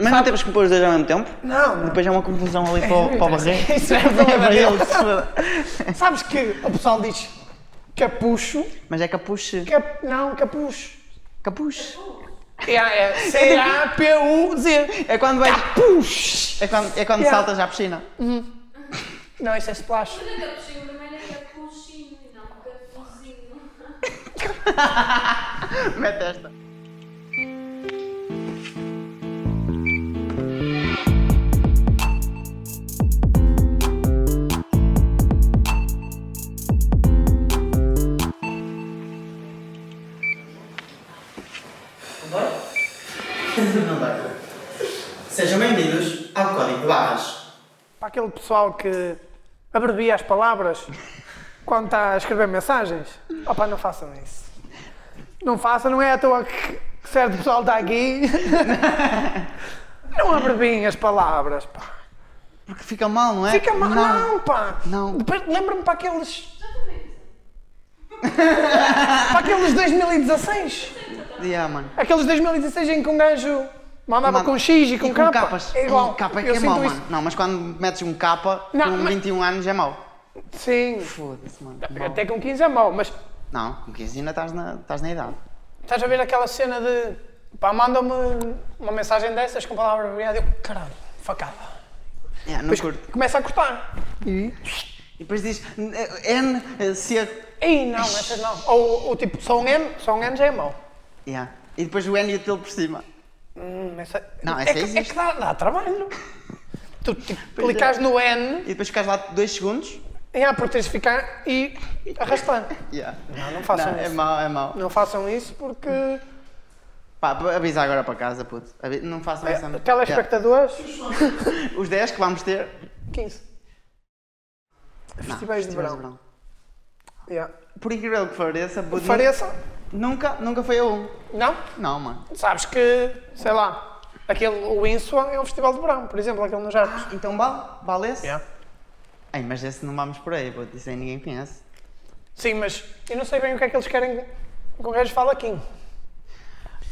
Mas não temos que pôr os dois ao mesmo tempo? Não. Depois é uma confusão ali para, o- para o barreiro. Isso é problema Para dele. ele se foda. Sabes que o pessoal diz capucho, Mas é capuche. cap... não, capucho. Capuche. É, é C-A-P-U-Z. É quando vais. Capucho. É quando, é quando Yeah. saltas à piscina. Não, isso é splash. Mas a capuchinha vermelha é capuchinho e não capuzinho. Mete esta. Não dói. Sejam bem-vindos ao Código de Barras. Para aquele pessoal que abrevia as palavras quando está a escrever mensagens, opa, não façam isso. Não façam, não é à toa que que certo pessoal está aqui. Não abreviem as palavras, pá. Porque fica mal, não é? Fica mal, não, pá. Não. Depois lembra-me para aqueles. para aqueles 2016. Yeah, mano. Aqueles 2016 em que um gajo mandava Mano, com X e com, e com capa. capas. É igual. Um capa é que Eu é sinto mau, isso. mano. Não, mas quando metes um capa Não, com mas- 21 anos é mau. Sim. Foda-se, mano. mau. Até com 15 é mau, mas Não, com 15 ainda estás na, estás na idade. Estás a ver aquela cena de pá, manda-me uma mensagem dessas com palavra abreviada e eu, caralho, facada. É, não Depois curto. começa a cortar. E? E depois diz N, N, eh, C. Ei, não, essas não. Ou, ou tipo, só um N, só um N já é mau. Yeah. E depois o N e o teu por cima. Hum, essa- Não, é, essa que, é existe. é. que dá, dá trabalho. tu tipo, clicas no N E depois ficas lá 2 segundos. e há por teres de ficar e arrastar. Yeah. Não, não façam Não, é isso. mau, é mau. Não façam isso porque Pá, avisa agora para casa, puto. Avi- Não façam essa. é, telespectadores, Yeah. Os 10 que vamos ter. 15. não, Festivais de verão. Yeah. Por incrível que pareça, puto, Fareça? nunca, nunca foi a um. Não? Não, mano. Sabes que, sei lá, aquele, o Insua é um festival de verão, por exemplo, aquele nos Arcos. Então vale, vale esse? Ei, mas esse não vamos por aí, puto. Isso aí ninguém conhece. Sim, mas eu não sei bem o que é que eles querem que o gajo fale aqui.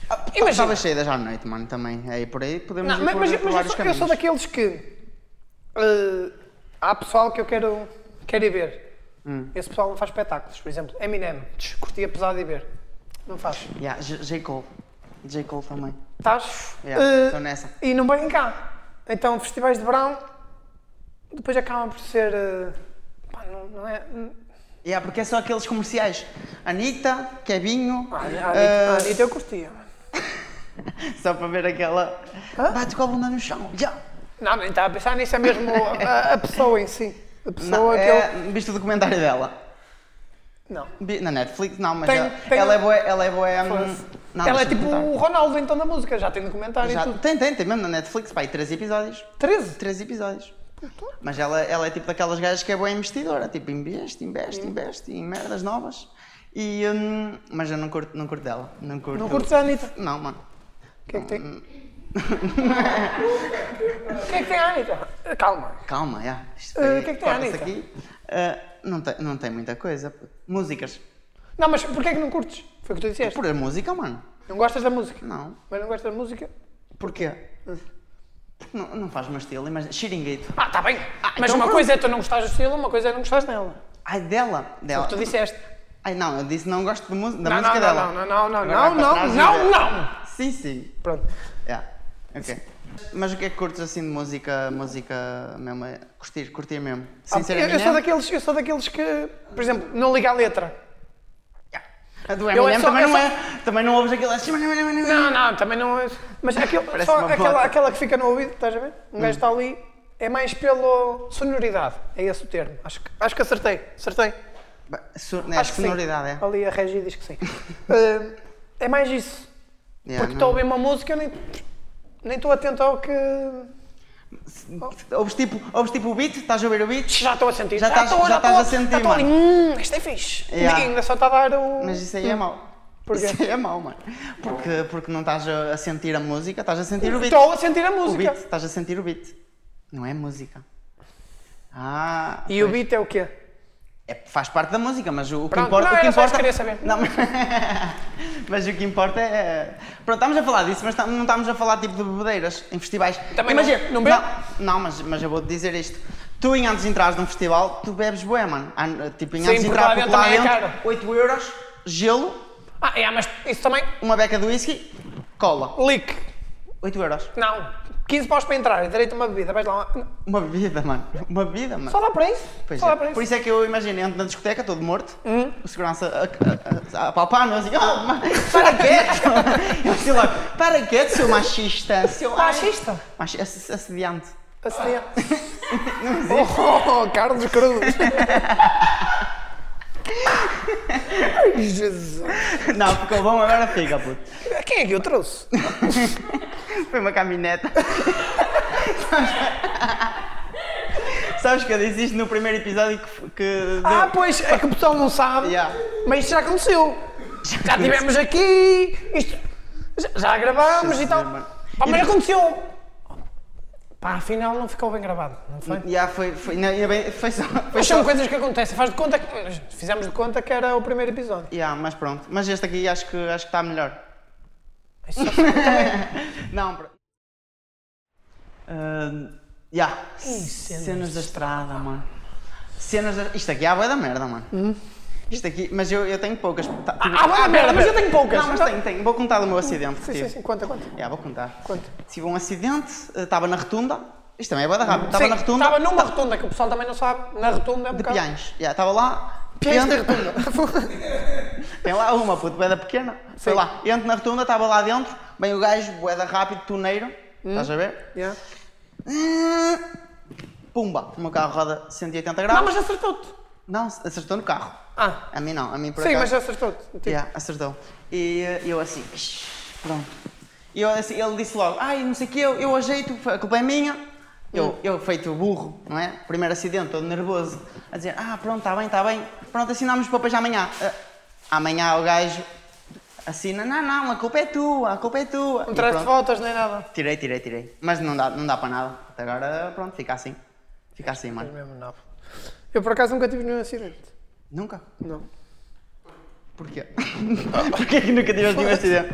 Ah, Imagina. Estava cheio das à noite, mano, também. Aí por aí podemos Não, ir mas, por, mas- por mas eu, vários sou, eu sou caminhos. daqueles que. eh, há pessoal que eu quero, quero ir ver. Hum. Esse pessoal não faz espetáculos, por exemplo. Eminem, tch, curtia pesado e ver. Não faz. Yeah, J. J. Cole. J. Cole também. Estás. Yeah, eh, estou nessa. E não vêm cá. Então, festivais de verão, depois acabam por ser. eh, pá, não, não é. Yeah, porque é só aqueles comerciais. Anitta, Kevinho. Ah, eh, a Anitta eu curtia. só para ver aquela. Hã? Bate com a bunda no chão. já Não, nem estava a pensar nisso, é mesmo a, a pessoa em si. A Não, pessoa que é, um eu. Viste o documentário dela? Não. Vi- Na Netflix, não, mas Tem- ela, tem- ela é boa. Ela é boa. Foda-se. hum, não, Ela é deixa-me tipo contar. o Ronaldo então da música, já tem documentário Já- e tudo. tem, tem, tem mesmo na Netflix, pá, e 13 episódios. 13? 13 episódios. Então? Mas ela, ela é tipo daquelas gajas que é boa investidora, tipo, investe, investe, investe em merdas novas. E, hum, mas eu não curto, não curto dela. Não curto. Não curtes a Anitta? Não, mano. O que é que tem? O que é que tem a Anitta? Calma. Calma, já. Isto Eh, aí o que é que tem a corta-se Anitta? aqui. Eh, não, tem, não tem muita coisa. pô. Músicas. Não, mas porquê é que não curtes? Foi o que tu disseste. Por a música, mano. Não gostas da música. Não. Mas não gostas da música? Porquê? Porque não, não faz o meu estilo, imagina. Xiringuito. Ah, está bem. mas então uma pronto. coisa é tu não gostares do estilo, uma coisa é não gostares dela. É Ai, dela. dela. Tu disseste. Ai, não, eu disse não gosto de mu- da não, música não, dela. não, não, não, não, Agora vai para não, não, trás e não, vê. não. Sim, sim. Pronto. Yeah. Ok. Mas o que é que curtes assim de música, música mesmo? é Curtir, curtir mesmo. Ah, Eu, Sinceramente. eu sou daqueles, eu sou daqueles que, por exemplo, não liga a letra. Yeah. A do Eu é Eminem só- também, eu não só- é, também não ouves aquilo assim. Não, não, também não é. Mas aquele- Parece só uma Hum. aquela, bota. aquela que fica no ouvido, estás a ver? Um gajo está ali, é mais pela sonoridade, é esse o termo. Acho que, acho que acertei, acertei. Bah, su- né, acho que sonoridade, sim. Ali a Regi diz que sim. Hum, é mais isso. é. Yeah, porque não- estou a ouvir uma música, eu nem nem estou atento ao que. Ouves tipo, ouves tipo o beat, estás a ouvir o beat, Já estou a sentir. Já estás- estou- já estás a estou- sentir, já estou ali, mano. hum, isto é fixe. Yeah. E ainda só está a dar o. mas isso aí é mau. Hum. Porquê? Isso aí é mau, mano. Porque, porque não estás a a sentir a música, estás a sentir o beat. Estou a sentir a O É música. beat, estás a sentir o beat. Não é música. Ah, E o beat é o quê? É, faz parte da música, mas o, o que Pronto, importa. não, o que era só isso importa que queria saber. Não, mas, mas o que importa é. Pronto, estamos a falar disso, mas tam- não estamos a falar tipo de bebedeiras em festivais. Também não- não bebe? Não, não, mas, mas eu vou-te dizer isto. Tu, em antes de entrares num festival, tu bebes bué, mano. An- Tipo, em Sim, antes de porque entrar lá porque dentro lá também é dentro, caro. 8 euros, gelo, Ah, é, mas isso também. uma beca de whisky, cola. Lick. 8 euros. Não. 15 paus para entrar, direito a uma bebida, vais lá. uma- Uma bebida, mano. Uma bebida, mano. Só dá para isso? Pois Só é. dá para Por isso. Hum? isso é que eu imagino, entro na discoteca, todo morto, o segurança a- a- a- a apalpar-me, eu assim, oh, ma- para quieto! eu assim logo, para quieto, seu machista, seu... ai, Machista? machi- ass- assediante. Assim. oh, oh, Carlos Cruz. Ai, Jesus. Não, ficou bom, agora fica, puto. Quem é que eu trouxe? Foi uma caminhoneta. Sabes que eu disse isto no primeiro episódio que... f- que Ah, pois, é que o pessoal não sabe, Yeah. mas isto já aconteceu. Já tivemos aqui, isto, já, já gravámos e tal. Jesus, mano. Pá, E mas diz- aconteceu. Pá, afinal não ficou bem gravado, não foi? Já foi, foi, não, ia bem- foi só... Foi Mas são só coisas que acontecem, faz de conta que. mas Fizemos de conta que era o primeiro episódio. Ya, mas pronto. Mas este aqui acho que acho que está melhor. Isso já Não, bro. Ah, Ya. cenas Cenas, da estrada, mano. Cenas da. Isto aqui há boa da merda, mano. Isto aqui. Mas eu, eu tenho poucas. Tá, tive- há Hum? bué da Ah, merda, mas eu tenho poucas. Não, Hum, mas tenho, tenho. Vou contar do meu acidente. que Sim, tive. sim, sim, conta, conta. Ya, vou contar. Conta. Tive um acidente, eh, estava na rotunda. Isto também é boa da rápido. Estava Sim, na rotunda. Estava numa rotunda, que o pessoal também não sabe, na rotunda é um De bocado. Piães. Ya, Estava lá. Piães da entro- rotunda. Tem lá uma, puto, boeda pequena. Foi Sim. lá. Entro na rotunda, estava lá dentro. Vem o gajo, boeda rápido, tuneiro. Hum. Estás a ver? Yeah. Pumba, o meu carro roda 180 graus. Não, mas acertou-te. Não, acertou no carro. Ah, A mim não, a mim por sim, mas acaso. acertou-te. Tipo, Yeah, acertou. E eh, eu assim, "Ixi, pronto. E eu assim, ele disse logo, ai, não sei o que, eu, eu ajeito, a culpa é minha. Hum. Eu, eu feito burro, não é? Primeiro acidente, todo nervoso. A dizer, ah, pronto, está bem, está bem. Pronto, assinamos os papéis amanhã. Ah, amanhã o gajo assina, não, não, a culpa é tua, a culpa é tua. Não E traz pronto. fotos nem nada. Tirei, tirei, tirei. Mas não dá, não dá para nada. Até agora, pronto, fica assim. Fica assim, Mas mano. mesmo não. Eu por acaso nunca tive nenhum acidente. Nunca. Não. Porquê? Porquê que nunca tiveste nenhum acidente?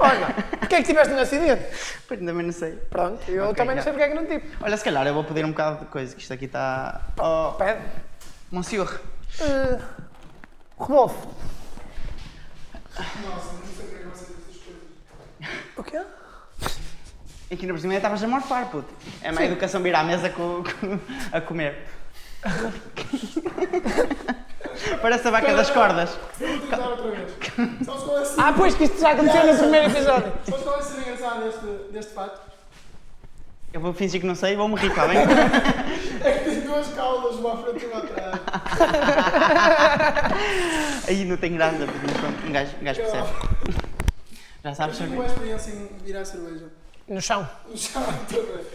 Olha, porque é que tiveste um acidente? Pois também não sei. Pronto, eu Ok, também já. não sei porque é que não tive. Olha, se calhar eu vou pedir um bocado de coisa, que isto aqui está... Oh, Pede. monsieur. Uh, Rodolfo. O quê? Aqui na cima estavas a morfar, puto. É uma Sim. educação vir à mesa co- co- a comer. Parece a vaca das cordas. Tentar outra vez. Sabes qual é a cena? Ah, pois que isto já aconteceu no primeiro episódio. Sabes qual é a cena engraçada deste, deste fato? Eu vou fingir que não sei e vou morrer, está bem? É que tem duas caudas, uma à frente e uma atrás. Aí não tem graça, puto, mas pronto, um gajo, um gajo percebe. Já sabes Tive servir. uma experiência em virar cerveja. No chão. No chão, outra vez.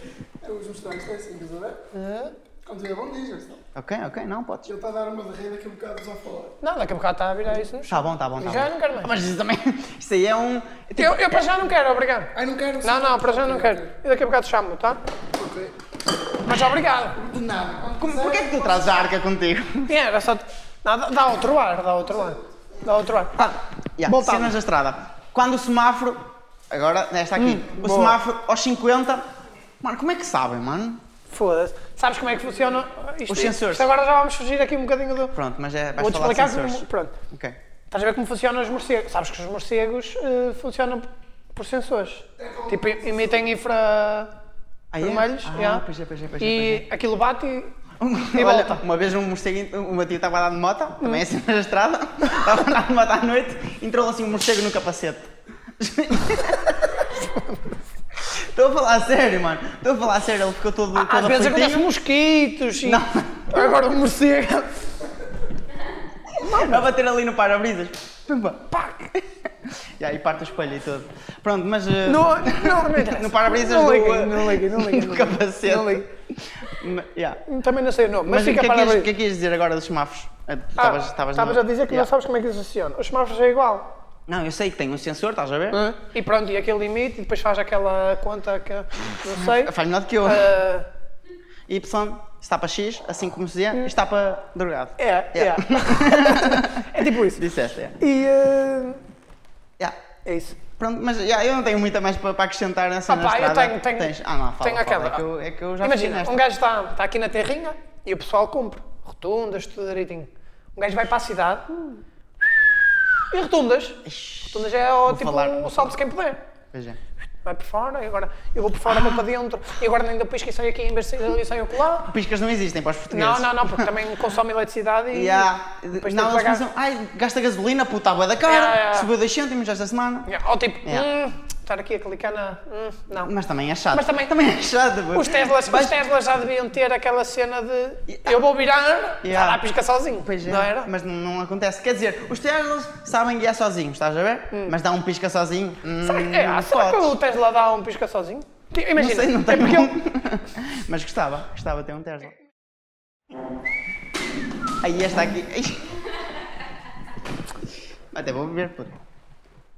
Eu vos mostrar isto é assim, estás a ver? Ah. Quando tiver bom, diz está. Ok, ok, não, podes. Ele está a dar uma derrida que é um bocado desafolar. Não, daqui a bocado está a virar isso no chão. Tá bom, tá bom, tá Já bom. não quero mais. Mas isso também, isso aí é um... Eu, eu para já não quero, obrigado. Ai, não quero. Não, não, para já não quero. Eu daqui a bocado chamo, tá? Ok. Mas obrigado. De nada. Quando Como, quiser, porquê é que tu trazes a arca contigo? É, era só. Não, dá- dá outro ar, dá outro ar. Dá outro ar. Ah, yeah, Voltamos. cenas da estrada. Quando o semáforo. Agora, nesta aqui. Hum, o boa. semáforo aos 50. Mano, como é que sabem, mano? Foda-se. Sabes como é que funciona isto? Os sensores. Isto agora já vamos fugir aqui um bocadinho do. Pronto, mas é. Vais Vou-te falar de explicar sensores. como. Pronto. Ok. Estás a ver como funcionam os morcegos? Sabes que os morcegos eh, funcionam por sensores. Tipo, emitem infra. Ah, é? vermelhos. Ah, yeah. pois é, pois é, pois é, e aquilo bate e. E Olha, volta. Hum. uma vez um morcego, um meu tio estava a andar de moto, também é assim na estrada, estava a andar de moto à noite, entrou assim um morcego no capacete. Estou a falar a sério, mano. Estou a falar a sério, ele ficou todo, todo Ah, Às vezes aflitinho. acontecem mosquitos e. Não. Agora o morcego. A bater ali no para-brisas. Pumba, pac! e aí parte o espelho e tudo. Pronto, mas. eh, Não, não, não interessa. no para-brisas Não do, liga, eh, não liga, não liga. do não liga. capacete. Não liga. Ma- yeah. Também não sei o nome, mas, o que fica é que para ias- abrir. o que é que ias dizer agora dos semáforos? Eh, tu Ah, estavas- estavas Estavas no- a dizer que não Yeah. sabes como é que isso funciona. Os semáforos é igual. Não, eu sei que tem um sensor, estás a ver? E pronto, e aquele limite, e depois faz aquela conta que não sei. Eh, Faz melhor do que eu. Ah, Y, está para X, assim como se dizia, e está para drogado. É, é. Yeah. É tipo isso. Disseste, é. E eh, Yeah. é isso. Pronto, mas yeah, eu não tenho muita mais para, para acrescentar nessa Ah, pá, eu estrada. tenho- tenho- Tens- Ah, não, fala, tenho fala, aquela. É que, eu, é que eu já Imagina, fui um nesta. gajo está está aqui na terrinha e o pessoal cumpre. Rotundas, tudo direitinho. Um gajo vai para a cidade e rotundas. Rotundas é o, tipo falar, o vou salve-se quem puder. Pois é. Vai por fora e agora eu vou por fora, vou para dentro. E agora ainda pisco e saio aqui em vez de sair ali, saio lá. Piscas não existem para os portugueses. Não, não, não, porque também consome eletricidade e. Yeah. depois Não, tem que eles pagar. pensam, ai, gasta gasolina, puta, água da cara, Yeah, yeah. subiu 2 cêntimos esta semana. Yeah, Ou tipo, Yeah. hum, estar aqui a clicar na. hum, não. Mas também é chato. Mas também- é chato. pô. Os Teslas, Vais- os Teslas já deviam ter aquela cena de Yeah. eu vou virar, Yeah. yeah. a pisca sozinho. Pois é, Não era? mas não, não acontece. Quer dizer, os Teslas sabem guiar sozinhos, estás a ver? Mas dá um pisca sozinho. Hum, Será, Hum. que, é, ah, não será que podes. o Tesla dá um pisca sozinho? Ti- Imagina, Não sei, não é tenho. porque ele- Mas gostava, gostava de ter um Tesla. Aí esta aqui. Ai. Até vou beber, puto.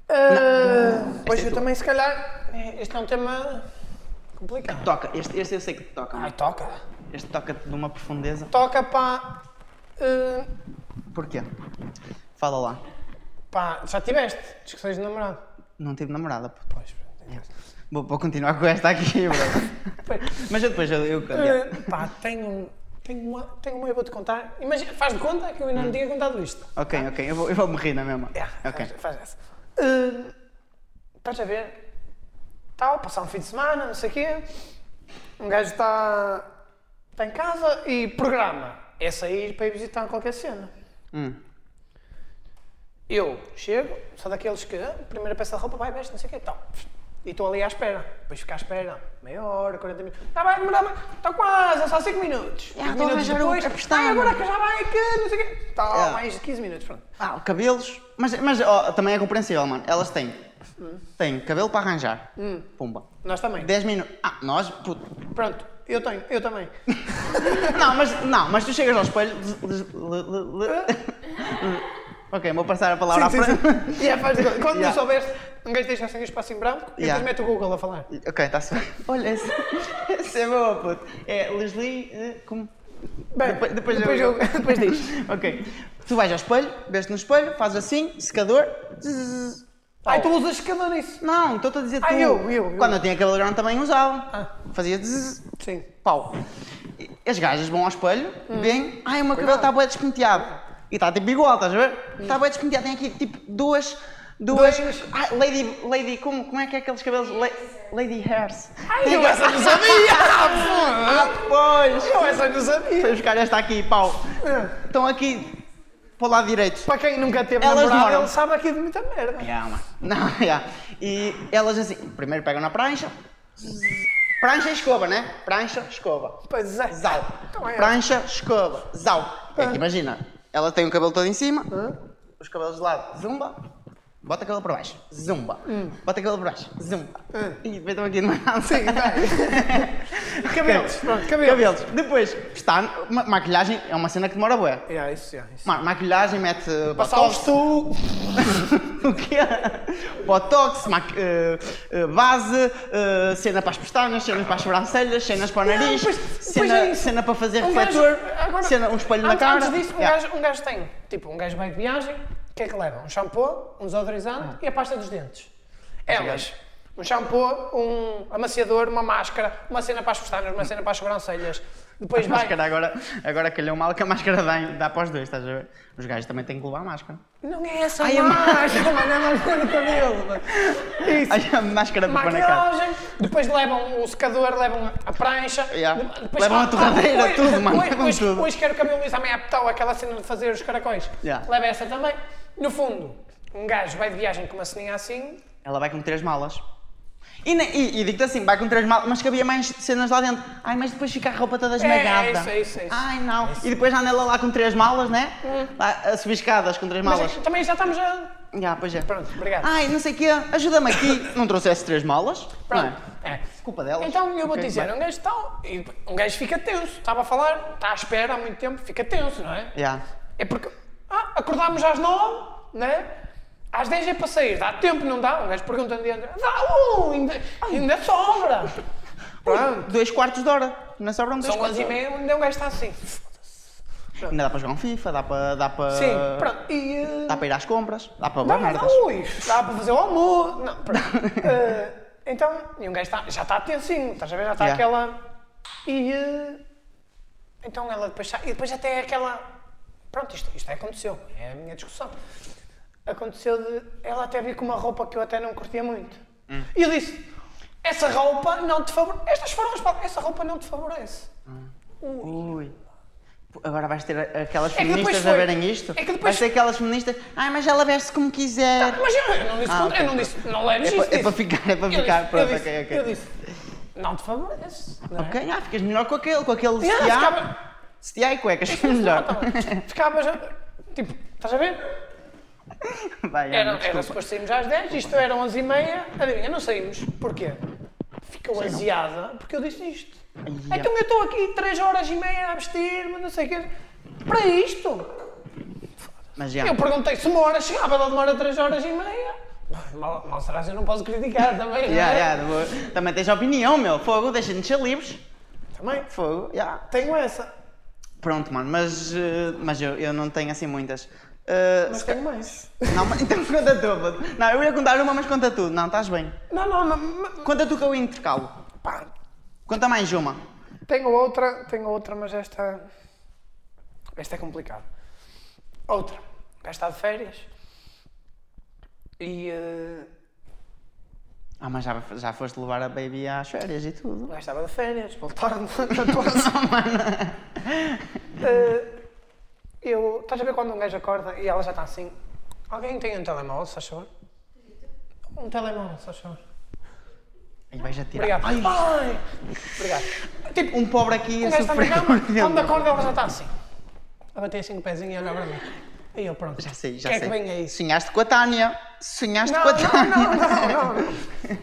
Ah, pois é eu tua. também, se calhar, é- este é um tema complicado. Toca, este, este eu sei que te toca. Ai, toca. Este toca-te de uma profundeza. Toca eh, para. Porquê? Fala lá. pá, já tiveste discussões de namorado. Não tive namorada, puto. Pois, Vou, vou continuar com esta aqui, bro. Mas eu depois eu, eu canto. Eh, pá, tenho, tenho, uma, tenho uma, eu vou-te contar. Imagina, faz de conta que eu ainda não tinha contado isto. Ok, ok, eu vou, eu vou morrer na mesma. É, Ok. faz, faz essa. Eh, estás a ver? Tal, passar um fim de semana, não sei o quê. Um gajo está está em casa e programa. É sair para ir visitar qualquer cena. Hum. Eu chego, sou daqueles que, ah, primeira peça de roupa, vai, veste, não sei o quê, tal. E estou ali à espera. Depois fico à espera meia hora, 40 minutos. Está bem, demorar mais. Está quase, é só 5 minutos. Yeah, estou a 5 minutos arranjar um depois. capistão. "Ai, agora que já vai, que não sei o quê. Está Yeah. mais de 15 minutos, pronto. Ah, cabelos. Mas, mas ó, também é compreensível, mano. Elas têm. Têm cabelo para arranjar. Pumba. Nós também. 10 minutos. Ah, nós. Puto. Pronto, eu tenho, eu também. Não, mas, não, mas tu chegas ao espelho. lis- lis- li- li- li- ok, vou passar a palavra à frente. Yeah, faz de conta. Quando Yeah. não soubeste, um gajo deixa assim o espaço em branco e Yeah. depois mete o Google a falar. Ok, está-se bem. Olha, esse, esse é boa, puto. É Leslie. eh, Como? Bem, Depois- depois, depois eu- eu, depois diz. Ok. Tu vais ao espelho, vês-te no espelho, fazes assim, secador. zzz. Ai, tu usas escala nisso. Não, estou-te a dizer tu. Ah, eu, eu, eu. Quando eu tinha cabelo grande também usava. Ah. Fazia. zzz. Sim. pau. E As gajas vão ao espelho, Hum. veem, ai, o meu cabelo está bué despenteado. E está tipo igual, estás a Hum. ver? Está bué despenteado, tem aqui tipo duas, duas, Dois. ai, lady, lady, como, como é que é aqueles cabelos? La- lady hairs. Ai, eu essa não sabia! Ah, Ah, pois! pô, Eu essa não sabia! Foi buscar esta tá aqui, pau. Estão aqui, para o lado direito. Para quem nunca teve Elas namorado, demoram. ele sabe aqui de muita merda. Yeah, mano. Não, yeah. E elas assim, primeiro pegam na prancha, prancha e escova, né? Prancha, escova. Pois é. Zau. Então é. Tá. Prancha, escova. Zau. É que imagina, ela tem o cabelo todo em cima, os cabelos de lado, zumba. Bota o cabelo para baixo, zumba. Hum. Bota o cabelo para baixo, zumba. E depois estão aqui numa Sim, Cabelos, pronto, cabelos. Cabelos. Depois, está, ma- maquilhagem é uma cena que demora bué. Yeah, isso, yeah, isso. Ma- Maquilhagem, mete uh, Passavas botox, tu. o quê? Botox, maqui- eh, eh, base, eh, cena para as pestanas, cenas para as sobrancelhas, cenas para o Não, nariz, pois- pois cena, é isso. cena para fazer Um gajo- refletor, agora- cena, um espelho na antes, cara. Antes disso, um, Yeah. gajo, um gajo tem, tipo, um gajo vai de viagem, o que é que leva? Um shampoo, um desodorizante Ah. e a pasta dos dentes. Elas, um shampoo, um amaciador, uma máscara, uma cena para as pestanas, uma cena para as sobrancelhas. Depois vai... Máscara agora, agora calhou mal que a máscara dá, dá para os dois, estás a ver? Os gajos também têm que levar a máscara. Não é essa Ai, a máscara, mano, é a máscara do cabelo. mano. Isso. Ai, a máscara para pôr na cara. maquilhagem, depois levam o secador, levam a prancha, Yeah. de- depois- ah, Levam a torradeira, depois- tudo, mano, Depois, levam depois, tudo. depois quero que a minha Luísa também aptou aquela cena de fazer os caracóis. Yeah. Leva essa também. No fundo, um gajo vai de viagem com uma ceninha assim, Ela vai com três malas. E, ne- e, e digo-te assim, vai com três malas, mas que havia mais cenas lá dentro. Ai, mas depois fica a roupa toda esmagada. isso, é isso, é isso. Ai, não. E depois anda ela lá com três malas, né? Lá, a subir escadas com três mas malas. também já estamos a. Já, pois é. Pronto, obrigado. Ai, não sei o quê, ajuda-me aqui. não trouxeste três malas? Não é? Pronto. É. Culpa delas. Então eu vou Ok, te dizer, vai. um gajo tal, e um gajo fica tenso. Estava a falar, está à espera há muito tempo, fica tenso, não é? Já. É porque ah, acordámos às 9, né? Às 10 é para sair, dá tempo, não dá? Um gajo pergunta um dia, dá um, ainda, ainda sobra. Pronto. Dois quartos de hora, não sobram dois São quartos 11 de e hora. meia, onde um gajo está assim. Ainda dá para jogar um FIFA, dá para. Dá para Sim, pronto. E. eh, Dá para ir às compras, dá para Não, boas merdas. não, Luís. Dá para fazer o almoço. Não, pronto. Eh, então, e um gajo tá- já está tensinho, estás a ver? Já está Já. aquela. E. eh, então ela depois. sa- E depois até é aquela. Pronto, isto, isto aconteceu. É a minha discussão. Aconteceu de. Ela até vir com uma roupa que eu até não curtia muito. Hum. E eu disse: essa roupa não te favorece. Estas foram as palavras. Essa roupa não te favorece. Ui. Pô, Agora vais ter a- aquelas É que depois feministas a foi- verem isto? é que depois- Tá, Vais ter aquelas feministas. Ai, mas ela veste como quiser. Mas eu, eu não disse. Ah, contra- ok, eu não disse. Não leves É pa- isto. é pa disse. ficar, é pa Eu ficar, disse- pronto, eu disse- ok, ok. Eu disse: não te favorece. não é? Ok, ah, ficas melhor com aquele, com aquele Yeah, sutiã. ficava- Sutiã e cuecas, Não, melhor. tá bem. Ficava já. Tipo, estás a ver? Vai, Era, Ana, era desculpa. suposto sairmos às 10, isto era 11 e meia. Adivinha, não saímos. Porquê? Ficou aziada porque eu disse isto. Ai, Então eu estou aqui 3 horas e meia a vestir-me, não sei o quê. Para isto? Mas já. Eu perguntei se uma hora chegava, ela demora 3 horas e meia. Mal, mal será se eu não posso criticar também. não é? Já, já, devo- Também tens opinião, meu. Fogo, deixa-nos ser livres. Também. Fogo, já. Tenho essa. Pronto, mano, mas, eh, mas eu, eu não tenho assim muitas. Eh, Mas se tenho mais. ca- Não, mas, então conta tu. puto. Não, eu ia contar uma, mas conta tu. Não, estás bem. Não, não, não. mas- Conta tu que eu intercalo. Pá, Conta mais uma. Tenho outra, tenho outra, mas esta. Esta é complicada. Outra. O gajo está de férias. E. eh, Ah, mas já, já foste levar a baby às férias e o tudo. gajo estava de férias, voltaram da atuação. Eh, eu. Estás a ver quando um gajo acorda e ela já está assim. Alguém tem um telemóvel, se faz favor? Um telemóvel, se faz favor. Aí vais a tirar. Obrigado. Ai, Ai! Obrigado. Tipo, um pobre aqui Um a gajo está na sofrer. cama, por quando dentro. acorda ela já está assim. A bater assim com o pezinho e olha para mim. E eu pronto. Já sei, já que sei. é que vem aí? Sonhaste com a Tânia. Sonhaste Não, com a Tânia. não, não, não, não, não.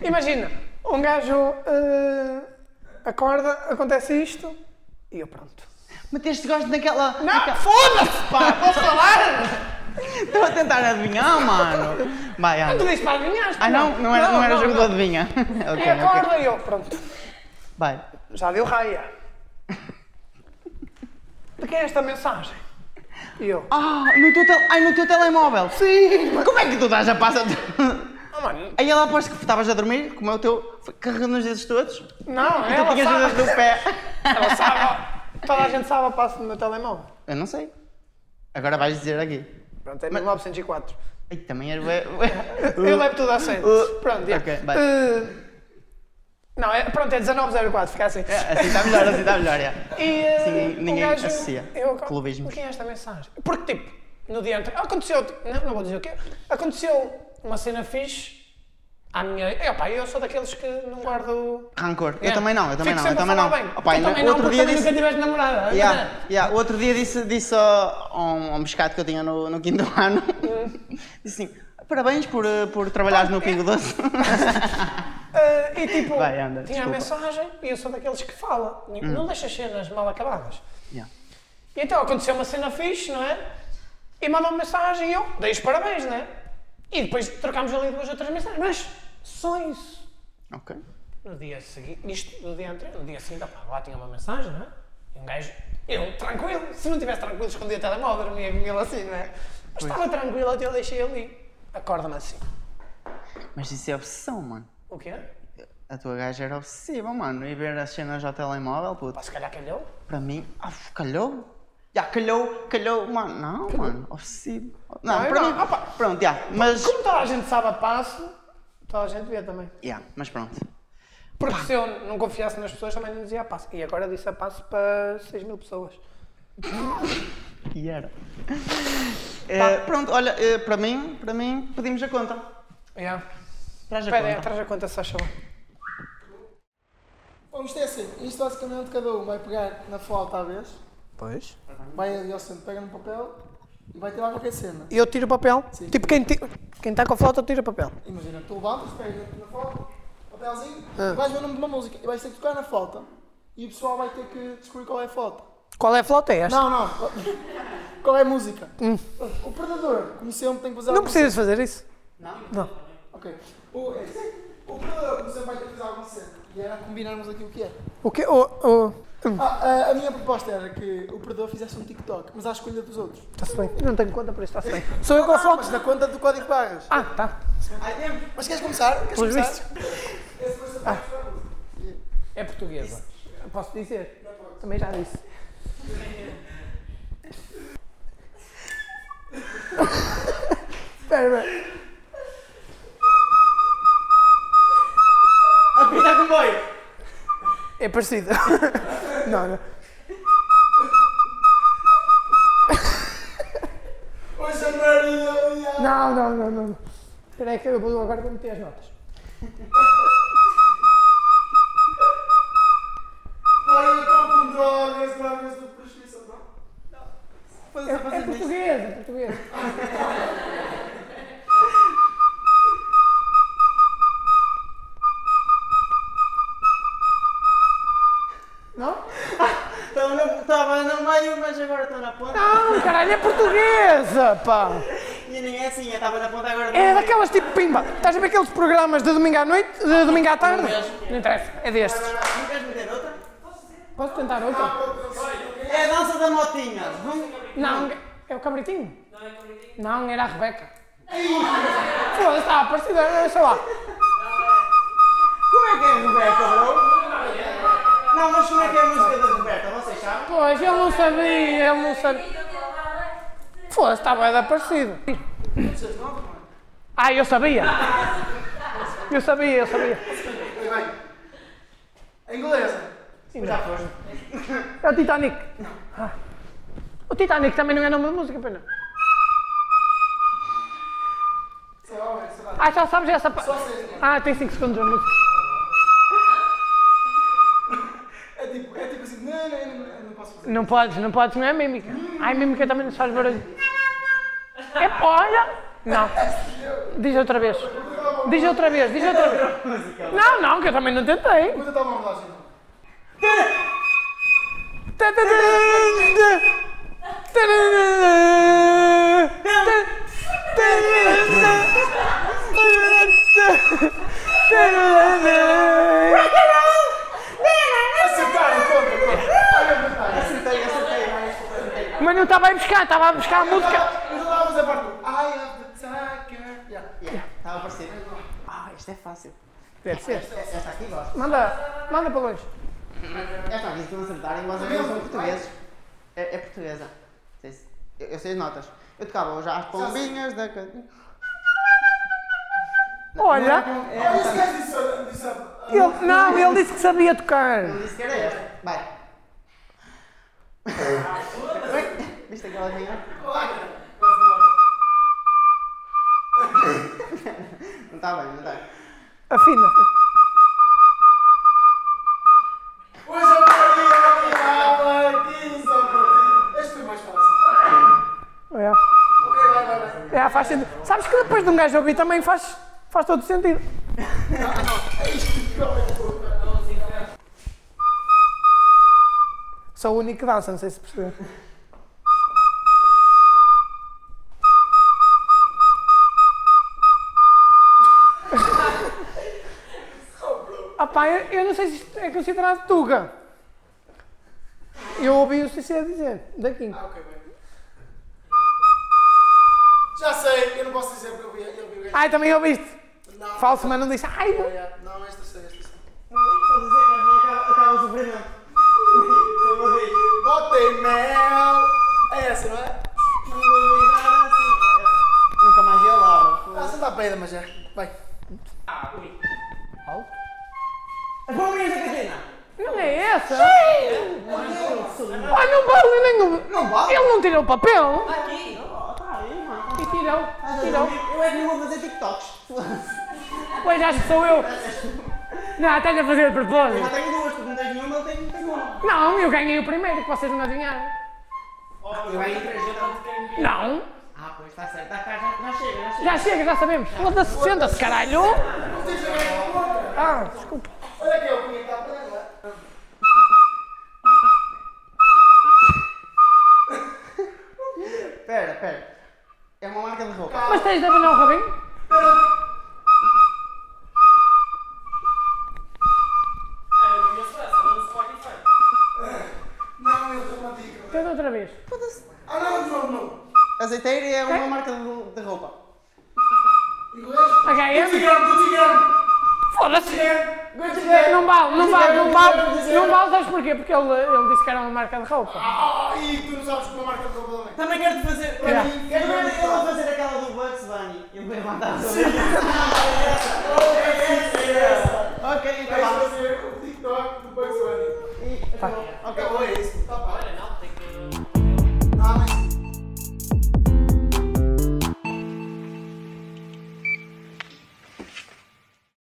Imagina, um gajo eh, acorda, acontece isto e eu pronto. Meteste gosto naquela. Não, naquela- foda-se, pá, posso falar? Estou a tentar adivinhar, mano. Vai, Tu Ana. disse para adivinhaste. Ah, não, não era, não, era jogo de não. É, adivinha. ok, E acorda ok. e eu, pronto. Vai. Já deu raia. De quem é esta mensagem? E eu. Ah, no teu, tel- Ai, no teu telemóvel. sim! Como é que tu dás a passa? Oh, mano, Aí ela aposto que estavas a dormir, como é o teu. foi Carregando os dedos todos. Não, E tu ela tinhas os dedos sabe. do pé. Ela sabe. ó. Toda a gente sabe a passo do meu telemóvel. Eu não sei. Agora vais dizer aqui. Pronto, é 1904. Ai, também era. Eu levo tudo a sério. uh, pronto, já. ok, vai. Eh, não, é, pronto, é 1904, fica assim. Assim está melhor, assim está melhor, já. E, eh, Sim, ninguém um gajo, associa eu, clubismo. O que é esta mensagem? Porque, tipo, no dia anterior, aconteceu, tipo, não, não vou dizer o quê, aconteceu uma cena fixe à minha... Eu, pá, eu sou daqueles que não guardo... Rancor. Eu Yeah. também não, eu também Fico não, eu sempre a também não. falar Bem. Opa, tu ainda- também não, outro porque dia também disse- nunca tiveste namorada. é? Yeah, yeah. O outro dia disse, disse ao- a um, a um pescado que eu tinha no, no quinto ano: disse assim, parabéns por, eh, por trabalhares no Pingo Doce. Ah, e tipo, Vai, anda, tinha a desculpa. Hum. mensagem e eu sou daqueles que fala, não deixa as cenas mal acabadas. Yeah. E então aconteceu uma cena fixe, não é? E mandou uma mensagem e eu dei os parabéns, não é? E depois trocámos ali duas ou três mensagens, mas só isso. Ok. No dia seguinte, isto no dia anterior, no dia seguinte, opá, lá tinha uma mensagem, não é? E um gajo, eu tranquilo, se não estivesse tranquilo, escondia o telemóvel, não ia com ele assim, não é? Mas estava tranquilo, até eu deixei ali. Acorda-me assim. Mas isso é obsessão, mano. O quê? A tua gaja era obsessiva, mano. E ver as cenas ao telemóvel, puto. Pá, se calhar calhou. Para mim, ah, calhou. Já calhou, calhou, mano. Não, mano, obsessivo. Não, Não, eu para não. mim. Opa. Pronto, já. Mas. Como toda a gente sabe a passo, toda a gente vê também. Já, mas pronto. Porque se eu não confiasse nas pessoas, também não dizia a passo. E agora disse a passo para 6 mil pessoas. E era. Eh, pronto, olha, eh, para mim, para mim, pedimos a conta. Yeah. É. Traz a Espera aí, conta. traz a conta, se faz favor. Bom, isto é assim, isto basicamente cada um vai pegar na flauta à vez, Pois. vai ali ao centro, pega no papel e vai tirar qualquer cena. E eu tiro o papel. Tipo, quem ti- quem está com a flauta tira o papel. Imagina, tu levantas, pegas na flauta, papelzinho, Ah. e vais ver o nome de uma música e vais ter que tocar na flauta. E o pessoal vai ter que descobrir qual é a flauta. Qual é a flauta? É esta? Não, não, qual é a música? O predador, como sempre, tem que fazer Hum. Não alguma precisas fazer isso. Não? Não. Ok. O, é, o predador, como sempre, vai ter que fazer alguma cena. E era combinarmos aqui o que é. O quê? Oh, oh. hum, Ah, a, a minha proposta era que o perdedor fizesse um TikTok, mas à escolha dos outros. Ah, Está-se bem. Eu Não tenho conta para isso, está-se bem. Ah, Sou eu com a foto. Mas na conta do código barras. Ah, tá. Mas queres começar? Queres Pelos começar? Ah. É portuguesa. Posso dizer? Também já disse. Espera, espera. Apita comboio! É parecido. não, não. Poxa Maria, ia. Não, não, não, não. Espera aí que eu vou agora para meter as notas. Pai, eu estou com drogas, drogas de prescrição, não? É, é português, é português. Não? Estava no meio, mas agora estou na ponta. Não, caralho, é portuguesa, pá! E nem é assim, eu estava na ponta agora. É daquelas tipo pimba. Estás a ver aqueles programas de domingo à noite, de domingo à tarde? Não interessa, é destes. Não queres meter outra? Posso tentar outra? É a dança da motinha. Vamos- Não, é o cabritinho? Não, é o cabritinho. Não, era a Rebeca. Foda-se, está a parecer, olha, sei lá. Como é que é a Roberta, bro? Não, mas como é que é a música da Roberta? Vocês sabem? Pois, ele não sabia, ele não sabia. Foda-se, está bem aparecido. Ah, eu sabia. Eu sabia, eu sabia. Pois bem. Em inglesa. Já foste. É o Titanic. Ah. O Titanic também não é nome de música, pena. Sei lá, bem, sei lá. Ah, já sabes essa parte. sei. Ah, tem 5 segundos a música. É tipo, é tipo assim, não, não, não, não posso fazer. Hum. Não podes, não podes, não é mímica. Ai, mímica também não se faz barulho. É, olha! Não. Diz outra vez. Diz outra vez, diz outra vez. Não, não, que eu também não tentei. Vou tentar uma relógio, então. Acertaram, conta, conta. Olha a vantagem. Acertei, acertei, mas acertei. Mas não estava a buscar, estava a buscar a Eu já música. estava- eu já estava a fazer a parte do I have the tiger. Yeah. Yeah, Estava a aparecer. Ah, isto é fácil. É, Deve ser. Esta aqui gosto. Manda, manda para longe. Esta aqui, se não acertarem, vocês não são portugueses. É, é portuguesa. Sei se- Eu, eu sei as notas. Eu tocava já as pombinhas da... ca- Olha, Olha, esse gajo disse- disse a- ele, não, ele disse que sabia tocar. Não disse que era é esta. Vai. Ui, Viste aquela minha? Não está bem, não está bem. Afina. Hoje eu queria virar aqui só para ti. Este foi mais fácil. É, Ok, vai, vai, vai. é, faz sentido. Sabes que depois de um gajo ouvir também faz, faz todo sentido. Sou o único que dança, não sei se percebeu. Ah pá, eu, eu não sei se isto é considerado tuga. Eu ouvi o CC dizer, daqui. Ah, ok, bem. Já sei, eu não posso dizer porque eu vi, eu vi o gajo. Ai, também ouviste. Não. Falso, mas não disse. Ai, Ah, não. yeah. Não, esta sei, esta sei. Estou a dizer que a minha acaba- acaba o sofrimento. Como eu digo. Botei mel. É essa, não é? Nunca mais vi a Laura. Ah, você está peida, mas é. Vai. Vamos ver Catarina! Não é essa? Ai, não vale nenhum. Não vale? Ele não tirou o papel. Aqui! Oh, tá aí, mano. E tirou. Tirou. Eu é que não vou fazer TikToks. Já Pois acho que sou eu. Não, estás a fazer de propósito. tenho duas, tu não tens nenhuma, eu tenho, tenho uma. Não, eu ganhei o primeiro, que vocês não adivinharam. Eu ganhei três, então. Não. Ah, pois, está certo. Tá, tá, já, já chega, já chega. Já chega, já sabemos. Foda-se, senta-se, caralho. Ah, desculpa. Olha que eu punha está peida, não é? Espera, espera. É uma marca de roupa. Mas tens de abanar o rabinho? Tenta outra vez. Ah, não, não, não. Azeiteiro é uma marca de, de roupa. Inglês? HM? Gucci-gram, Gucci-gram. Foda-se! Gucci-gram. Não vale, não Gucci vale, Gang, não Gucci Gang, Gucci vale. Não Gang. vale, sabes porquê? Porque ele, ele disse que era uma marca de roupa. Ah, ah, e tu não sabes como a marca de roupa também. Também quero-te fazer. Yeah. Quero ver ele a fazer aquela do Bugs Bunny. Eu vou mandar sobre então